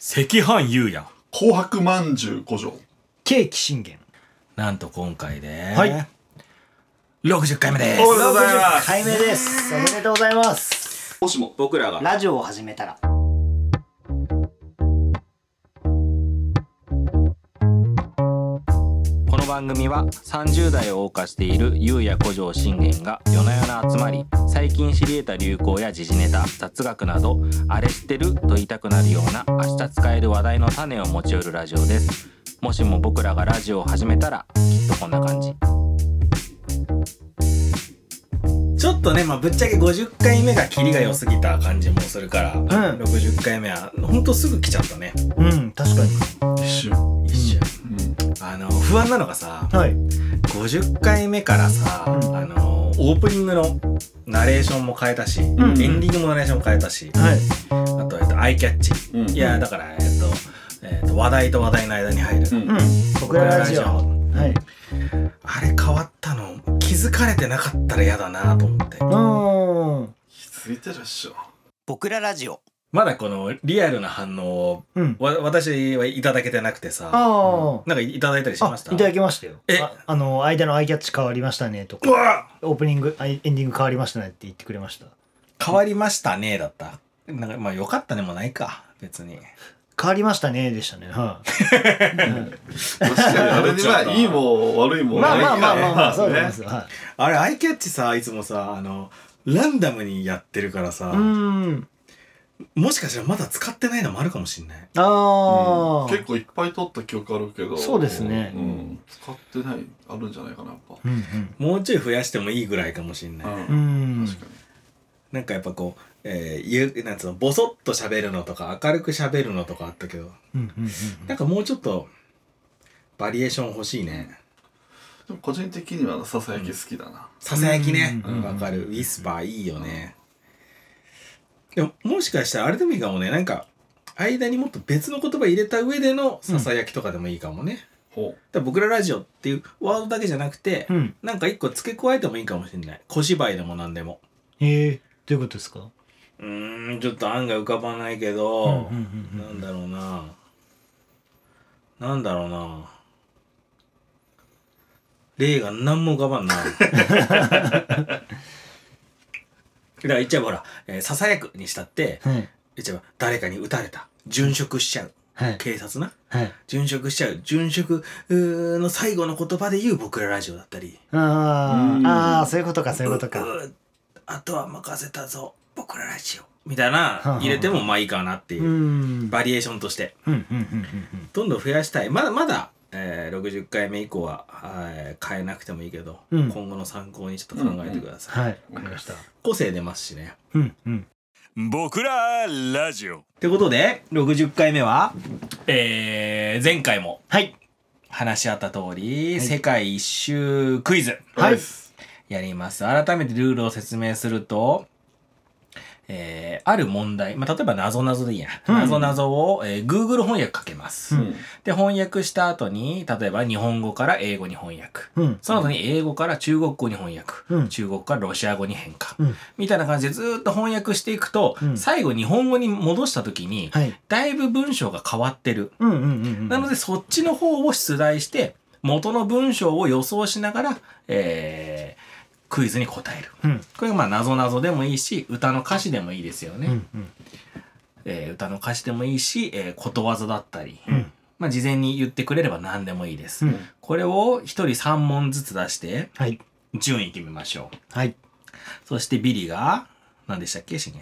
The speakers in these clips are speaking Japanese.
赤飯優也紅白まんじゅう五条。ケーキ信玄なんと今回で、はい、 60回目でおすめでとうございます。回目ですおめでとうございますもしも。僕らがラジオを始めたらこの番組は30代を謳歌している優や古城信玄が夜な夜な集まり最近知り得た流行や時事ネタ雑学などあれ知ってると言いたくなるような明日使える話題の種を持ち寄るラジオですもしも僕らがラジオを始めたらきっとこんな感じちょっとね、まあ、ぶっちゃけ50回目がキリが良すぎた感じもするから、ん60回目はほんとすぐ来ちゃったねうん確かに一瞬。一瞬、うん。あの不安なのがさはい50回目からさ、うんあのオープニングのナレーションも変えたし、んエンディングもナレーション変えたし、はいあと、えっと、アイキャッチ、うんいやだからえっと,、えっと話題と話題の間に入る、うん。うん僕らラジオはいあれ変わったの気づかれてなかったら嫌だなと思ってうーん気づいてるっしょ。僕らラジオまだこのリアルな反応をうんわ私はいただけてなくてさあなんかいただいたりしあまあしたいただきましたよえああの間のアイキャッチ変わりましたねとうかわオープニングあエンディング変わりましたねって言ってくれました変わりましたねだったなんかまあよかったねもないか別に変わりましたねでしたねはい確かにあれにはいいも悪いもまあまあまあまあまあそうねなんですよはいあれアイキャッチさいつもさあのランダムにやってるからさうーんもしかしたらまだ使ってないのもあるかもしんないああ結構いっぱい撮った記憶あるけど。そうですねうん。使ってない、あるんじゃないかな、やっぱ。うんもうちょい増やしてもいいぐらいかもしんない、う。うんんうん確かに。なんかやっぱこう、えーゆうなんつうのボソッと喋るのとか明るく喋るのとかあったけどうんうんうんなんかもうちょっとバリエーション欲しいねでも個人的にはささやき好きだな。ささやきねうんわかるウィスパーいいよねでももしかしたらあれでもいいかもねなんか間にもっと別の言葉入れた上でのささやきとかでもいいかもね、ほだから僕らラジオっていうワードだけじゃなくて、うんうんなんか一個付け加えてもいいかもしれない小芝居でも何でもええどういうことですかうーんちょっと案が浮かばないけうど、んうんうんなんだろうななんだろうな例が何も浮かばん なだから言っちゃえばほら、えーささやくにしたってはい言っちゃえば誰かに撃たれた殉職しちゃうはい警察なはい殉職しちゃう殉職うーの最後の言葉で言う僕らラジオだったりあうんーあーそういうことかそういうことうかうあとは任せたぞ僕らラジオみたいな入れてもまあいいかなっていううんバリエーションとしてうんうんうんうんどんどん増やしたいまだまだ、えー60回目以降は、えー変えなくてもいいけど、うん今後の参考にちょっと考えてください、はいわかりました個性出ますしねうんうん僕らラジオってことで60回目は、えー前回もはい話し合った通り、はい世界一周クイズう。はいナイスやります改めてルールを説明するとえーある問題、まあ、例えばなぞなぞでいいや、うんなぞなぞを、えー Google 翻訳かけます、うん。で翻訳した後に例えば日本語から英語に翻訳、うんその後に英語から中国語に翻訳、うん中国からロシア語に変化、うんみたいな感じでずーっと翻訳していくと、うん最後日本語に戻した時に、はいだいぶ文章が変わってる、うんうんうんうんなのでそっちの方を出題して元の文章を予想しながら、えークイズに答えるうんこれがまあなぞなぞでもいいし歌の歌詞でもいいですよね、うんうんえー歌の歌詞でもいいし、えーことわざだったり、んまあ、事前に言ってくれれば何でもいいです、うんこれを1人3問ずつ出してはい順位決めましょうはいそしてビリが何でしたっけ信玄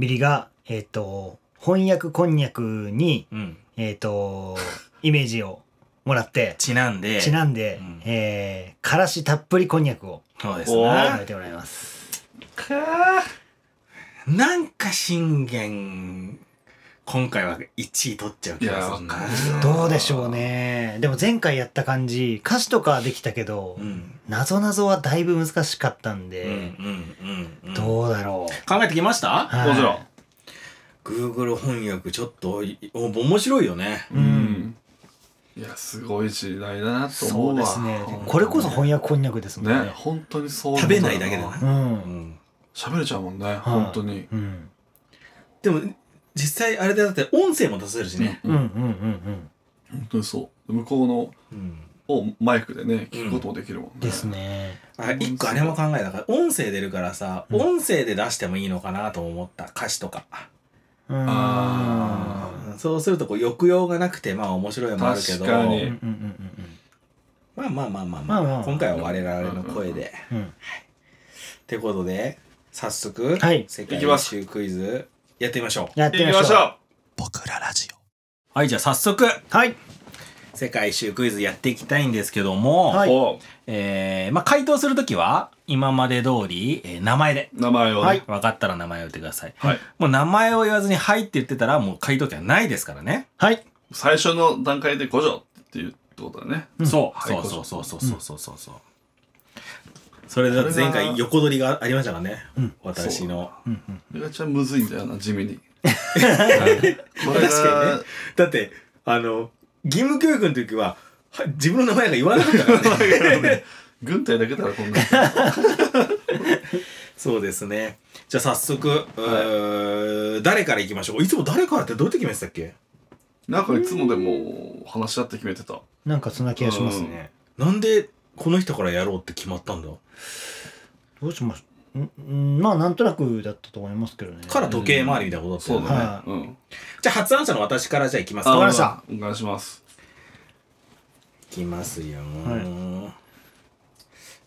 ビリがえっと翻訳こんにゃくにうんえっとイメージをもらってちなんでちなんでうんえーからしたっぷりこんにゃくをそうですおねー食べてもらいますなんか信玄今回は1位取っちゃう気がするないやわかるよどうでしょうねでも前回やった感じ歌詞とかはできたけどうんなぞなぞはだいぶ難しかったんうんうで、んうんうんどうだろう。考えてきましたはいもちろん。 ?Google 翻訳ちょっといお面白いよねううんん。いや、すごい時代だなと思そうわ。うですね。これこそ翻訳こんにゃくですもんね。ね、本当にそう食べないだけだなう。うんん喋れちゃうもんね、本当に。うん。でも実際あれでだって音声も出せるしね、うんうんうん本当にそう向こうのうんをマイクでね聞くこともできるもんね、うん。ですね。あ一個あれも考えたから音声出るからさ、うん音声で出してもいいのかなと思った歌詞とか、うーんあうんそうするとこう抑揚がなくてまあ面白いのもあるけど確かうんにうんうんまあまあまあまあまあ、まあまあ今回は我々の声で、うんうん。ってことで早速、はい世界いきま一す周クイズやってみましょやって行みきままししょう。ょ僕らラジうはいじゃあ早速はい。世界一周クイズやっていきたいんですけども、う、はいおえーまあ回答するときは今まで通り、えー名前で名前をね、はい分かったら名前を言ってください、はいもう名前を言わずに「はい」って言ってたらもう回答権はないですからね、はい。最初の段階で五条っていうってことだねうんそうはいそうそうそうそうそうそうそうそうそれで前回横取りがありましたからね、ん私のうんうんこれがちゃむずいんだよな地味 にこれが確かにねだってあの義務教育の時はは自分の名前が言わなかったからね軍隊だけだらこんな そうですねじゃあ早速、うー誰からいきましょういつも誰からってどうやって決めてたっけなんかいつもでも話し合って決めてたなんかそんな気がしますね。ねなんでこの人からやろうって決まったんだどうしましょう。んんまあなんとなくだったと思いますけどね。から時計回りみたいなことだったそようねんだはね、ういんじゃあ発案者の私からじゃあいきますあかわかりましたお願いしますいきますよ、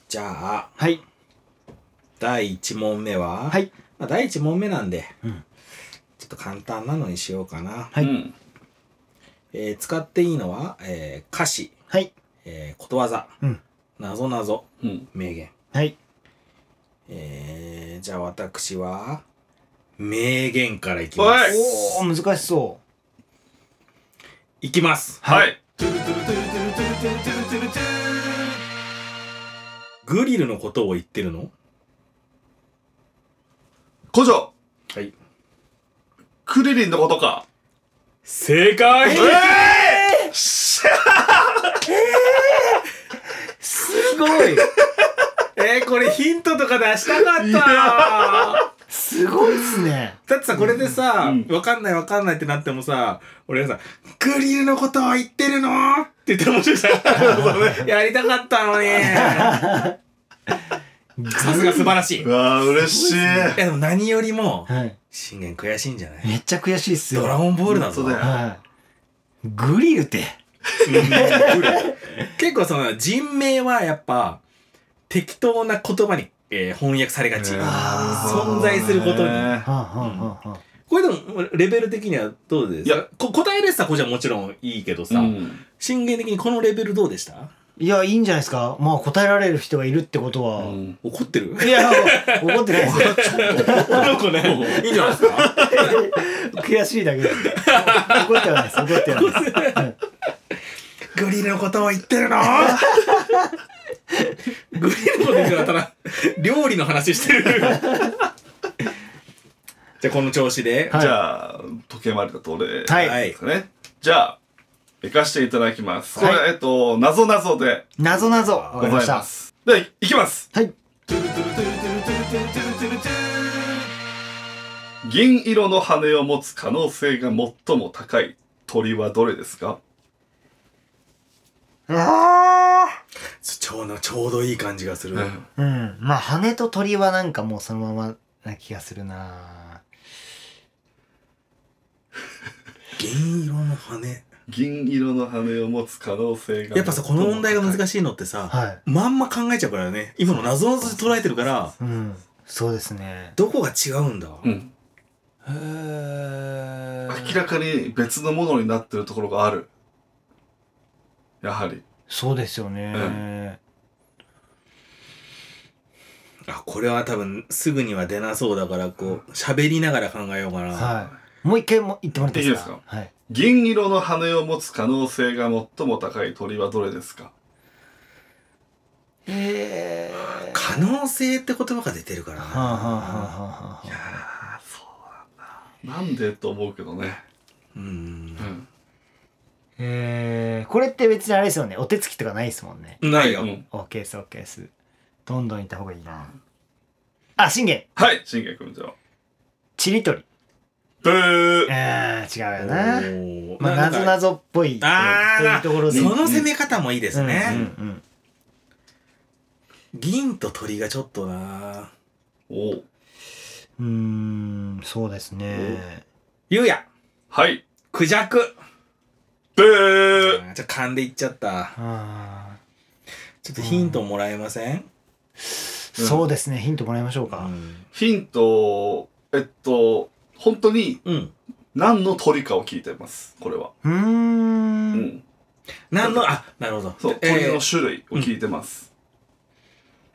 じゃあはい。第1問目は、はい。まあ、第1問目なんで、うんちょっと簡単なのにしようかな、はいうんえー使っていいのは、えー歌詞、はい。えーことわざ、うんなぞなぞうん、名言、はい。えーじゃあ私は名言からいきおまいすおお難しそいきますはいグリルのことを言ってるの五条はいクリリンのことか正解、えー、しゃう。すご い。えーこれヒントとか出したかったすごいっすね。だってさこれでさ、うんわかんないわかんないってなってもさ俺がさ「グリルのことを言ってるの?」って言って面白いじゃん やりたかったのにさすが素晴らし いうわー嬉しいいやでも何よりも はい。信玄悔しいんじゃないめっちゃ悔しいっすよ。ドラゴンボールだぞ本当だよはい。グリルって。 結構その人名はやっぱ適当な言葉に、えー翻訳されがち、あー存在することにねはあ、はあはあはあ、これでもレベル的にはどうですいかやこ答えれてた子じゃもちろんいいけどさ、うん信玄的にこのレベルどうでしたいや、いいんじゃないですか。まあ、答えられる人がいるってことうは。ん怒ってるいや、怒ってないですよ。の子ねいいんじゃないですか悔しいだけです。怒ってはないです。怒ってはないです。グリルのことを言ってるのグリルのこと言ってなかったら料理の話してるじゃあこの調子で、はいじゃあ時計回りだと俺はいですかねじゃあ行かしていただきますこはいれえっとなぞなぞでなぞなぞ。わごかりまざいした。まはすでいきますい。銀色の羽を持つ可能性が最も高い鳥はどれですかあちょうどちょうどいい感じがする、あ。うん。まあ、羽と鳥はなんかもうそのままな気がするな。銀色の羽銀色の羽を持つ可能性がやっぱさこの問題が難しいのってさ、はまんま考えちゃうからね今の謎の図で捉えてるからい。うん。そうですね。どこが違うんだ、うんへ明らかに別のものになってるところがあるやはりそうですよね。あこれは多分すぐには出なそうだからこう喋りながら考えようかな、はい。もう一回も言ってもらっていいですいいかではい。銀色の羽を持つ可能性が最も高い鳥はどれですかええ可能性って言葉が出てるからな、はあはあはあはあはあ。ああそうなんだなんでと思うけどねうんえー、これって別にあれですよねお手つきとかないですもんねないよ、うんオーケーですオーケーですどんどんいった方がいいなあ信玄はい信玄君じゃあちりとりブーえー、違うよな。おーまあ、ななんかぞなぞっぽいとあいうところあで。その攻め方もいいですね、うんうんうん銀と鳥がちょっとなおううーん、そうですね。ゆうやはい。クジャクブあーーちょっと噛んでいっちゃったあちょっとヒントもらえません、ーそうですね、ヒントもらいましょうか。ヒント、えっと、本当にうん何の鳥かを聞いてます、これは。うー。うんん。何のあなるほどそう、えー鳥の種類を聞いてます。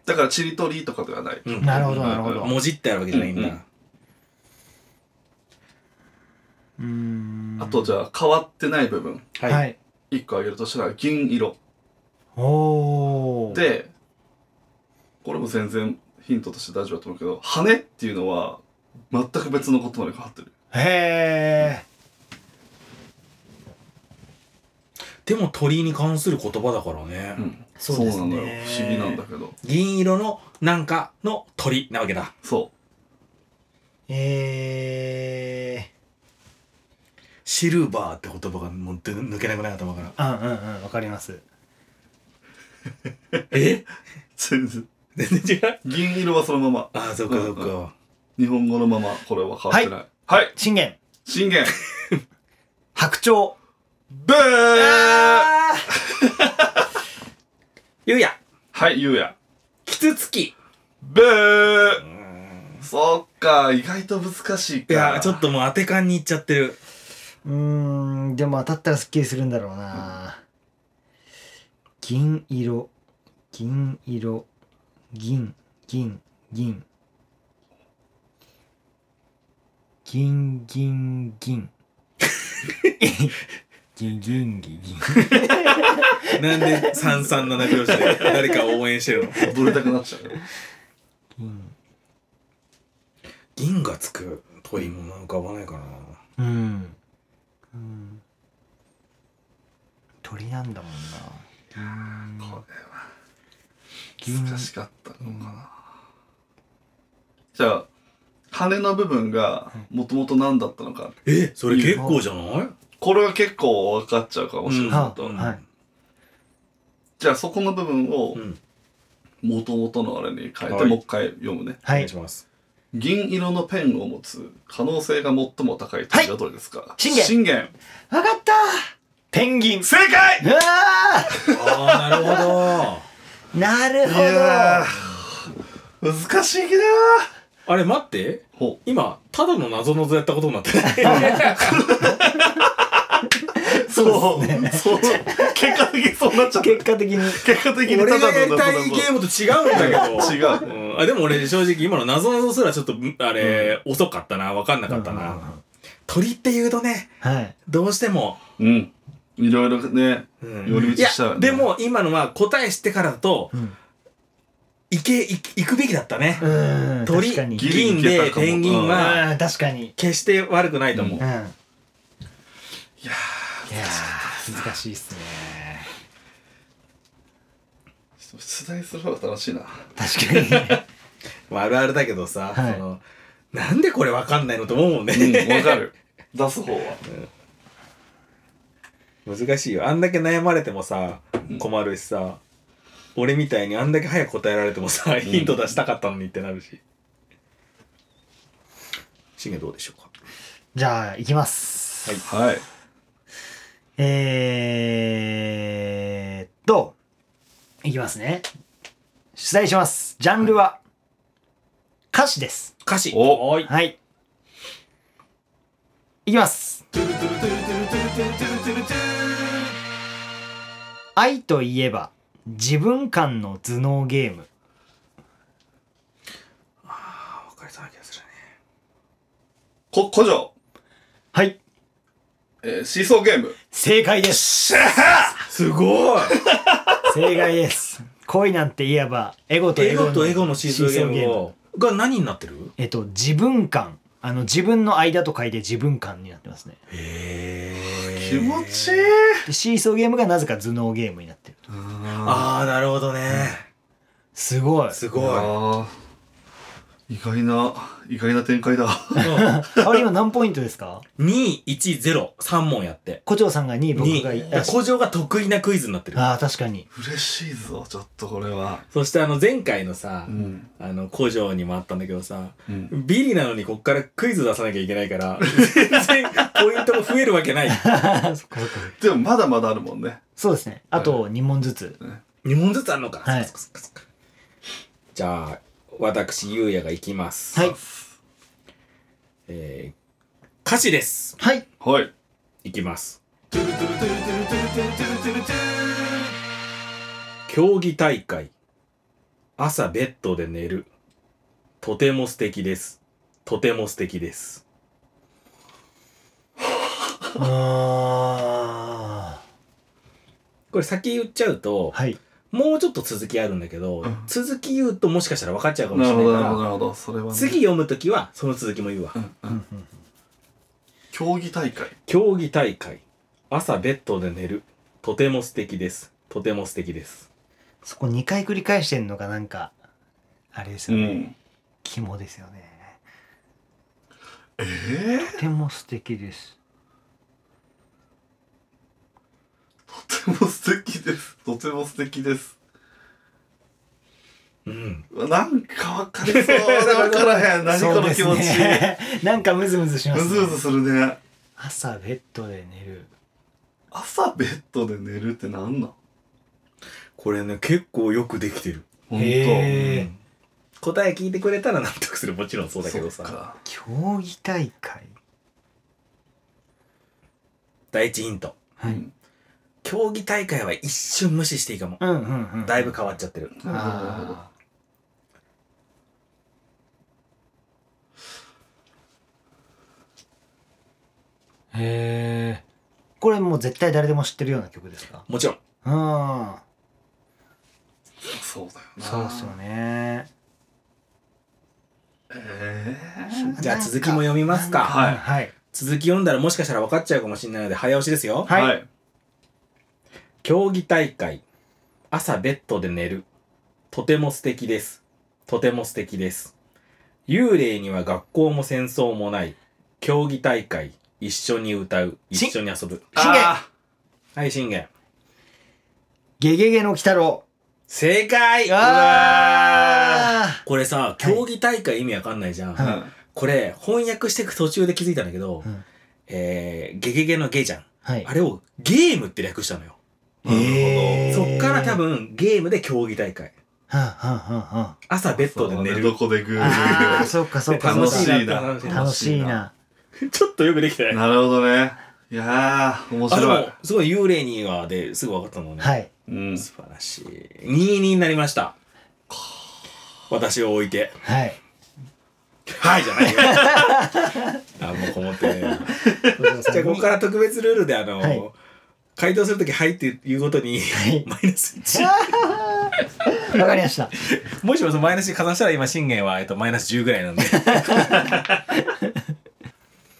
だから、チリトリとかではない。うんなるほど、なるほど。もじってあるわけじゃないんだ、うんうんうーんあと、じゃあ、変わってない部分。はい、はい。一個あげるとしたら、銀色。おー。、で、これも全然ヒントとして大丈夫だと思うけど、羽っていうのは、全く別のことまでかかってる。へでも鳥に関する言葉だからね、うん。そうですなねんだよ。不思議なんだけど。銀色のなんかの鳥なわけだそー。えシルバーって言葉がもう抜けなくない頭からー。うんうんうん、わかります。えう。全然。全然違う銀色はそのまま。ああそっかそっか、日本語のまま、これは変わってない。はい。信玄、信玄。白鳥。ブーゆうやはい、ゆうや。キツツキブーそっか、意外と難しいいか。やちょっともう当て感にいっちゃってるうーん、でも当たったらスッキリするんだろうな。銀色、銀色、銀、銀、銀。銀、銀、銀。銀、銀、銀。なんで三三七拍子で誰かを応援してるの踊りたくなっちゃうよ。銀。銀がつく鳥もなんか浮かばないかなうん。うん。鳥なんだもんな。銀これは銀難しかったのかな。じゃあ、羽の部分がもともと何だったのか。えそれ結構じゃないこれは結構分かっちゃうかもしれない、うんとはいじゃあ、そこの部分をうんもともとのあれに変えて、はいもう一回読むね。おは願いいし。ます銀色のペンを持つ可能性が最も高い鳥はどれですか、信玄信玄わかったペンギン。正解うわああなるほーなるいほやどー難しいけどなどあれ待ってほ今ただの謎謎やったことにな ってるうそうそう 結果的にそうなっちゃった結果的に。結果的に俺がや謎りたいゲームと違うんだけど違ううんあでも俺正直今の謎謎すらちょっとあれ、遅かったな分かんなかったな、うんうんうん鳥っていうとねはい。どうしても、うんいろいろねうん寄りい道やしちゃうよねでも今のは答え知ってからだとうん。行け行く行くべきだったね、うん。鳥確かに。ギリ銀行けでたかもペンギンはうん、確かに。決して悪くないと思う、うん。いやいやー、難しいっすね。ー出題する方が楽しいな確か に。まあ、あるあるだけどさ、はいそのなんでこれ分かんないのと思うもんね、うんわかる 出す方は難しいよあんだけ悩まれてもさ困るしさ俺みたいにあんだけ早く答えられてもさ、ヒント出したかったのにってなるしシゲどうでしょうかじゃあ、いきます。はいはいえーっと、いきますね。出題します。ジャンルは、歌詞です。歌詞おはーいはい。いきます。愛といえば、自分間の頭脳ゲーム。あ分かりそうな気がするねこ古城はい。えーシーソーゲーム正解です。すごい正解です。恋なんて言えば、エゴとエエゴゴのとエゴのシーソーゲームシーをが何になってるえっと、自分間。あの、自分の間と書いて自分間になってますね。へ気え持ちいいでシーソーゲームがなぜか頭脳ゲームになってると。ああなるほどねすごい。すあごいー意外な、意外な展開だ。 あれ今何ポイントですか2103問やって古城さんが2位、僕にが1位。あし古城が得意なクイズになってるあー、確かに。嬉しいぞ、ちょっとこれは。そしてあの前回のさ、うん。あの古城にもあったんだけどさうん。ビリなのにこっからクイズ出さなきゃいけないから全然ポイントが増えるわけないそっかそっか。でもまだまだあるもんね。そうですね。あと2問ずつ。 2問ずつあるのか、はいそっかそっかそっかじゃあ私ゆうやがいきますはい。えー歌詞ですはい。はい。いきます競技大会朝ベッドで寝るとても素敵ですとても素敵ですあこれ先言っちゃうとー。はい。もうちょっと続きあるんだけど、うん続き言うともしかしたら分かっちゃうかもしなれるないかほど、なるほど、らなるほど。それはね。次読むときはその続きも言うわうん。ううんん。競技大会。競技大会朝ベッドで寝るとても素敵ですとても素敵ですそこ2回繰り返してんのがなんか、あれですうよね。ん。肝ですよね。ええとても素敵です。とても素敵です。とても素敵です。うんうわなんかわかりそうでわからへん。何この気持そうでち。すね なんかムズムズしまむす、ずむずするね。朝ベッドで寝る朝ベッドで寝るってなんなんこれね結構よくできてる本へえうん答え聞いてくれたら納得するもちろんそ当うだけどさそっか競技大会第一ヒントはいうん競技大会は一瞬無視していいかもうんうんうんだいぶ変わっちゃってるなるほどなるほどあーへえこれもう絶対誰でも知ってるような曲ですかもちろんうんそうだよなそうっすよねえじゃあ続きも読みますかはいはい続き読んだらもしかしたら分かっちゃうかもしれないので早押しですよえはい競技大会朝ベッドで寝るとても素敵ですとても素敵です幽霊には学校も戦争もない競技大会一緒に歌うし一緒に遊ぶ信玄あはい信玄ゲゲゲの鬼太郎正解あこれさ競技大会意味わかんないじゃん、ーはいうんこれ翻訳していく途中で気づいたんだけど、うんえー、ゲゲゲのゲじゃんはいあれをゲームって略したのよなるへーそっから多分ゲームで競技大会はあはあはあは朝ベッほドどでそう寝だるねどこでグーグああーーそうかそうかそう楽かしいな楽しい楽しいなちょっとよくできたよね。なるほどねいやー面あ、で白もい、すごい幽霊にはですぐ分かったのね。はいうん、素晴らしい。2位になりました。私を置いて。はいはい、じゃないよ。あ、もうこもってねえなじゃあ、ここから特別ルールで、あの、はい回答するとき、はいっていうことに、いマイナス1。わかりましたもしもそのマイナス1かざしたら、今、信玄は、えっと、マイナス10ぐらいなんで。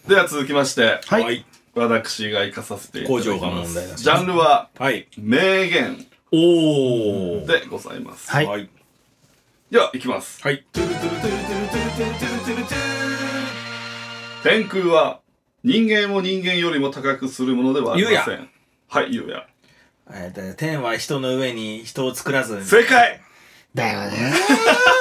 では続きましてはいい。私が行かさせていただ工き場がま問題すだしジャンルははい。名言おー。でございます、はいはい。では行きますはい。天空は人間を人間よりも高くするものではありませゆんはいゆうやえーと天は人の上に人を作らず。正解 だよね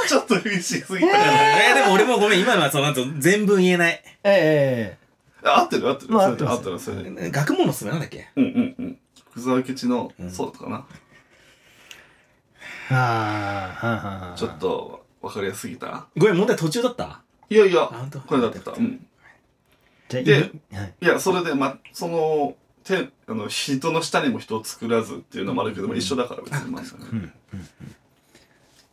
ちょっと厳しすぎたかなえーでも俺もごめん、今のはその後全文言えない。え あ合ってる合ってる。まあそれで合合っっててまる、それで。学問のすめなんだっけうんうんうん。福沢諭吉のう、んそうだったかな。えええああはんはんはんはんちょっと、わかりやすすぎたごめん、問題途中だったいやいや本当、これだった。うん。じゃあでいはいいや、それで、ま、その、てあの人の下にも人を作らずっていうのもあるけども、一緒だから別にまあうんうん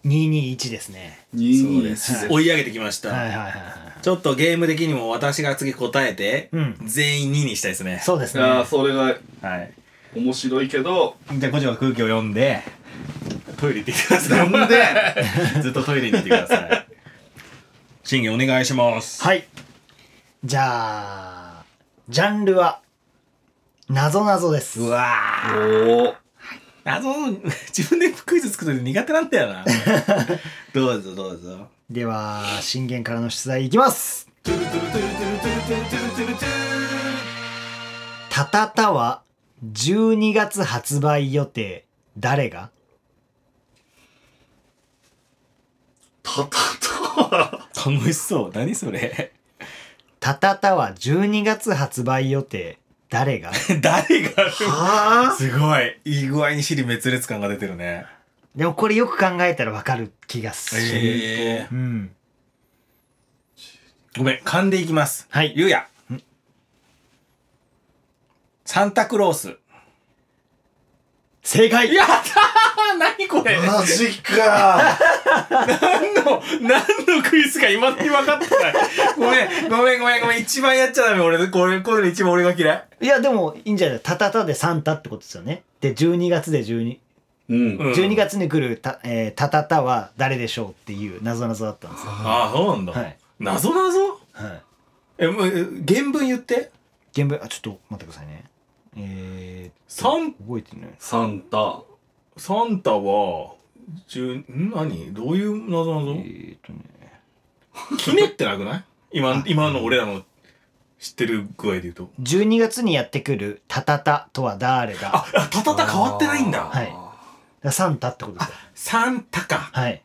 221ですねそう221でですす。追い上げてきましはた、いはいはいはいちょっとゲーム的にも私が次答えて、うん全員2にしたいですねそうですいやーねそれがはい面白いけど、じゃあこちらが空気を読んでトイレ行ってきてくださないんで ずっとトイレに行ってください審議お願いしますはいじゃあジャンルはなぞなぞですうわおー謎の自分でクイズ作るの苦手なんだよな どうぞどうぞでは信玄からの出題いきますタタタは12月発売予定誰がタタタは楽しそう何それ タタタは12月発売予定 誰が誰がはすごいいい具合に尻滅裂感が出てるねでもこれよく考えたらわかる気がする、えうんー、ごめん噛んでいきますはいゆうやサンタクロース正解やったー 何これマジか何の、何のクイズか今に分かってない。 ごめん、ごめん、ごめん、ごめん。一番やっちゃダメ、俺。これ、これ一番俺が嫌い。いやでもいいんじゃないタタタでサンタってことですよねで12月で12うんうん12月に来るた、えータタタは誰でしょうっていう謎謎だったんですよ。ああ、そうなんだ。はい。謎謎はい。え、もう、え原文言って。原文、あ、ちょっと待ってくださいね。えサン、ー、覚えてない。サンタサンタは、じゅん何どういう謎え謎ー、っとね。きねってなくない今、今の俺らの知ってる具合で言うと。 12月にやってくるタタタとは誰だあ、あたたた変わってないんだ。はいサンタってことですよ。サンタか。はい。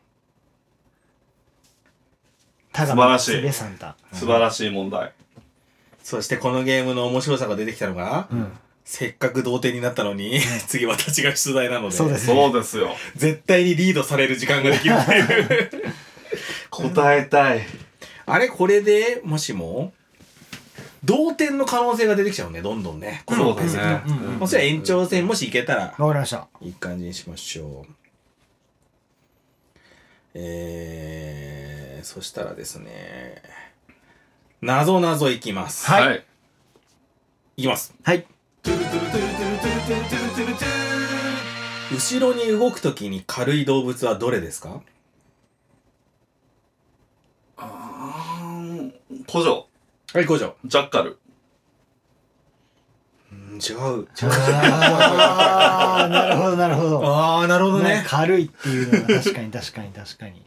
タが素晴らしい三つでサンタ。素晴らしい問題そしてこのゲームの面白さが出てきたのが、うん。せっかく同点になったのに、 次私が出題なので。そうですね。そうですよ絶対にリードされる時間ができるっていう答えたい あれこれでもしも同点の可能性が出てきちゃうねどんどんねこそのうですねうんもし延長戦もしいけたらわかりました。いい感じにしましょうえー、そしたらですねなぞなぞいきますはいいいきますはい。後ろに動くときに軽い動物はどれですかあー古城はい工場ジャッカル違うあー、なるほど、なるほど。 ああなるほどなんねか軽いっていうのが確かに確かに確かに。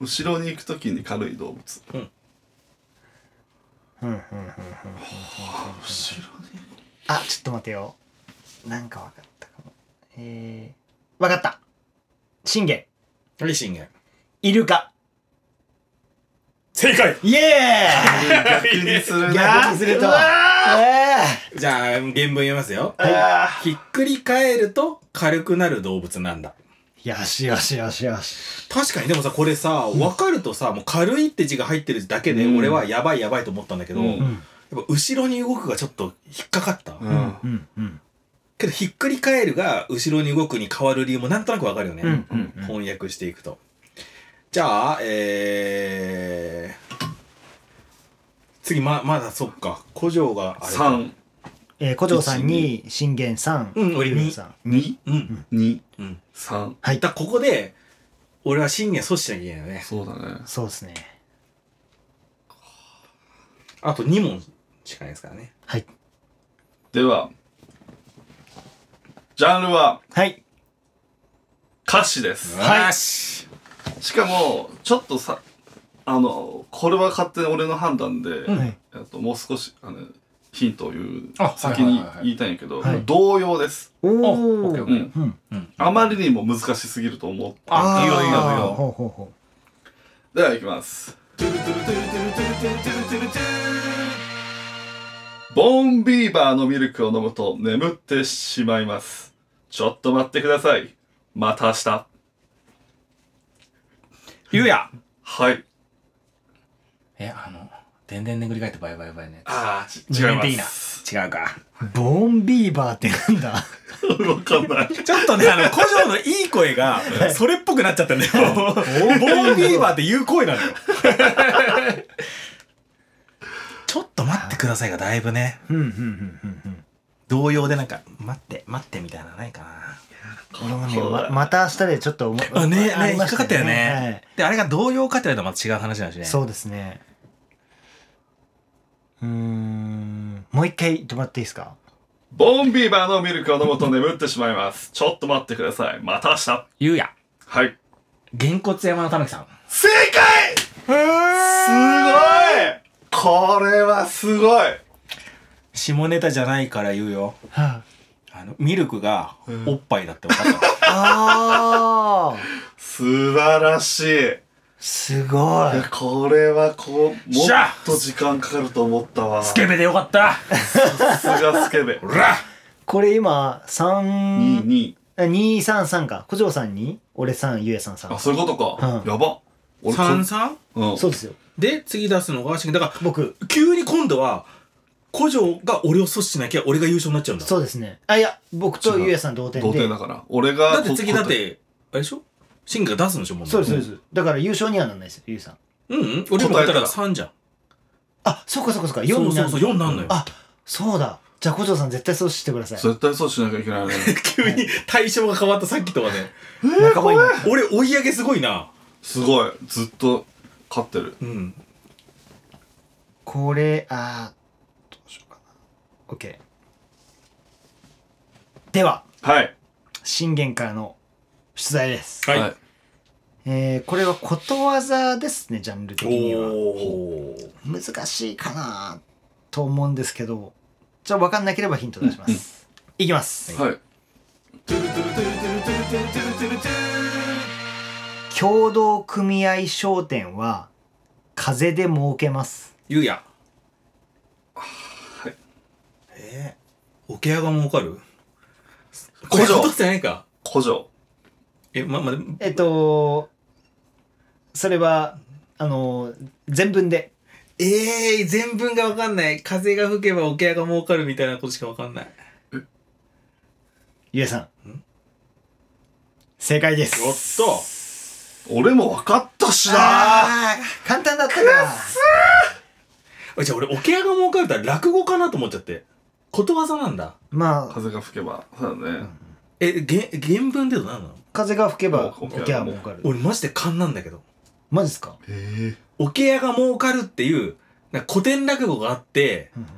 後ろに行くときに軽い動物うんうんうんうん。後ろにあ、ちょっと待てよ。なんかわかったかも。えー、わかった。信玄、はい信玄イルカ。正解イエ逆にするーねイ逆にすると。えじゃあ原文読みますよあーひっくり返ると軽くなる動物なんだー、よしよしよしよし。確かにでもさこれさ分かるとさもう軽いって字が入ってるだけでうん俺はやばいやばいと思ったんだけど、うんやっぱ後ろに動くがちょっと引っかかった、うんうんうん。けどひっくり返るが後ろに動くに変わる理由もなんとなく分かるよね、うんうんうん。翻訳していくとじゃあえー、次ままだそっか古城があれか三えー、古城さんに信玄さん、うん俺イルカさん。二うん二うん三はいだ。からここで俺は信玄阻止しなきゃいけないよねそうだねそうですね。あと2問しかないですからねはい。ではジャンルははい。歌詞ですはいよししかもちょっとさあのこれは勝手に俺の判断で、はいえっともう少しあのヒントを言うあ先はいにはいはいはい言いたいんやけど、はい同様です、おオッケーオッー。ケうんうん。あまりにも難しすぎると思うあいいよいいよいいよほうほうほではいきますボーンビーバーのミルクを飲むと眠ってしまいますちょっと待ってくださいまた明日ゆうやはいえ、あの、でんでんでんぐり返ってバイバイバイね。ああ違違いいまますす違うか。う。ボーンビーバーってなんだ わかんないちょっとね、あの、古城のいい声が、それっぽくなっちゃったんだよ。ボーンビーバーっていう声なのよ。 ちょっと待ってくださいが、だいぶね、うんうんうんうんうん。同様でなんか、待って、待ってみたいなのないか俺もね、そうだままた明日でちょっと思な。あ、ね、あね、り引まっしかかったよはねい。で、あれが同様かって言われたらまた違う話なんですね。そうですね。うーん。もう一回止まっていいですかボンビーバーのミルクを飲むと眠ってしまいます。ちょっと待ってください。また明日。ゆうや。はい。げんこつ山のたぬきさん。正解すごいこれはすごい下ネタじゃないから言うよ。はあの、ミルクがうんおっぱいだって分かった。あ、あ素晴らしい すごいいやこれはこうもしっゃと時間かかると思ったわ スケベでよかったさすがスケベほらこれ今3 22あ233か小嬢さんに俺3ゆうやさんあ3そういうことか、うんやば俺こ三三うんそうですよで、次出すのが、だから、僕急に今度は、古城が俺を阻止しなきゃ俺が優勝になっちゃうんだ。そうですねあいや僕とゆうやさん同点同で点だから俺がだって次こだって、あれでしょシンガが出すんでしょ、もそうですそううですだから優勝にはならないですよゆうさんうん、俺も答えたら3じゃん。あそっかそっかそっか4そにうなそるうそう、4なんのよ。あそうだじゃあ小嬢さん絶対そうしてください絶対そうしなきゃいけないね 急に対象が変わったさっきとはね。仲間になる俺追い上げすごいな。すごいずっと勝ってるうん。これあーどうしようかな OK でははい信玄からの出題です、はい。えーこれはことわざですねジャンル的にはおー。難しいかなと思うんですけどじゃあ分かんなければヒント出します、いきます、はい協同組合商店は風で儲けますゆうや。えー、桶屋が儲かるこれ古城落としてないか。古城え、ま、ま、えっとそれはあの全文でええー、全文がわかんない。風が吹けば桶屋が儲かるみたいなことしかわかんない。ゆえさん正解ですやった俺も分かったしなあー簡単だったかあじゃあ俺、桶屋が儲かるって落語かなと思っちゃって。ことわざなんだ。まあ風が吹けばそうだねえ、げ原文でどうなの風が吹けばおおおケア儲かる俺マジで勘なんだけど。マジっすか、へ桶屋が儲かるっていう、なんか古典落語があって、うんうん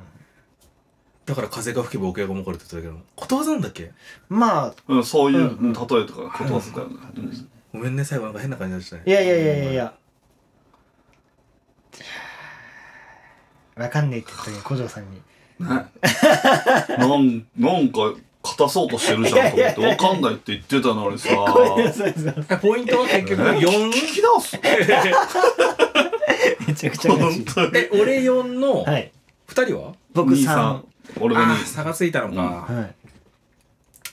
だから風が吹けば桶屋が儲かるって言ってたけど、ことわざなんだっけまあえうんそういううんう例えんとかことわざだよねうんごめんね、最後なんか変な感じになっちゃったいね。やいやいやいやいやわかんねえって言った時に小嬢さんにねなんなんか勝たそうとしてるじゃんと思って分かんないって言ってたのにさごめんなさいめポイントは結局え 4? 聞き直すちゃくちゃ悲し本い当にえ、俺4のは2い人は僕兄さ3ん俺があ兄あ、差がついたのか。はい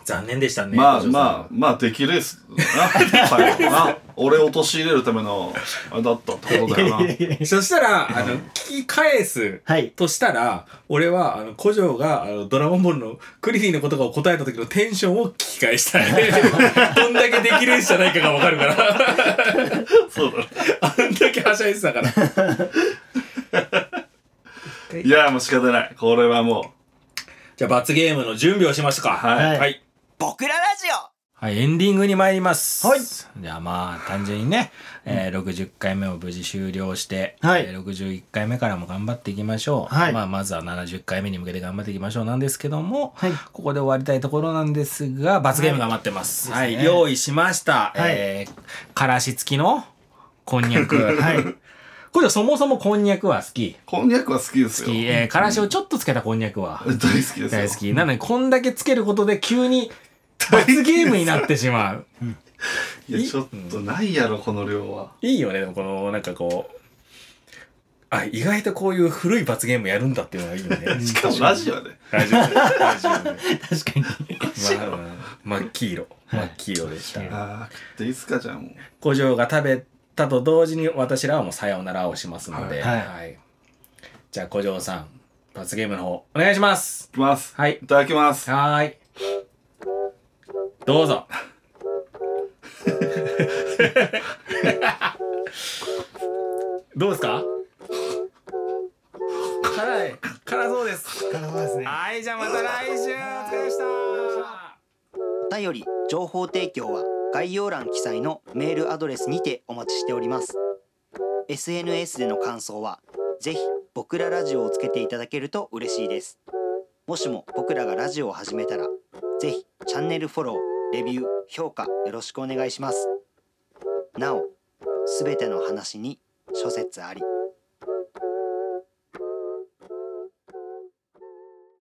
残念でしたね。まあ五条さんまあまあできるですな最後な俺を陥れるためのあれだったってこと だよなそしたら、あの、聞き返すはいとしたら、俺は、あの、古城が、あの、ドラゴンボールのクリフィーの言葉を答えた時のテンションを聞き返した い。どんだけできるじゃないかがわかるから。そうだねあんだけはしゃいでたから。いやもう仕方ないこれはもじゃあ、罰ゲームの準備をしましたか。はいはい。僕らラジオはい、エンディングに参ります。はいじゃあまあ、単純にね、えー、60回目を無事終了して、はいえー61回目からも頑張っていきましょう。はいまあ、まずは70回目に向けて頑張っていきましょうなんですけども、はいここで終わりたいところなんですが、罰ゲームが待ってます。ははいい、ですね用意しました。はいえー、からし付きのこんに ゃく。はいこれそもそもこんにゃくは好き。うこんにゃくは好きです好よき。えー、からしをちょっとつけたこんにゃくは。大好きですよ大好き。なのに、こんだけつけることで急 に罰ゲームになってしまう。いやちょっとないやろこの量はいいよね、でもこの、なんかこう。あ、意外とこういう古い罰ゲームやるんだっていうのがいいよね。しかもラジオやで大丈夫。大 丈夫。確かにまあ、真っ黄色。真っ黄色でした。あー食っていいっすかじゃあもう五条が食べたと同時に私らはもうさようならをしますので、はいじゃあ五条さん、罰ゲームの方、お願いします。いきますはいいただきますはーい。どうぞ。 どうですか辛い。辛そうです。辛そうですねはい、じゃあまた来週。お疲れ様でしおた。便り情報提供は概要欄記載のメールアドレスにてお待ちしております SNS での感想はぜひ僕らラジオをつけていただけると嬉しいですもしも僕らがラジオを始めたらぜひチャンネルフォローレビュー評価よろしくお願いしますなおすべての話に諸説あり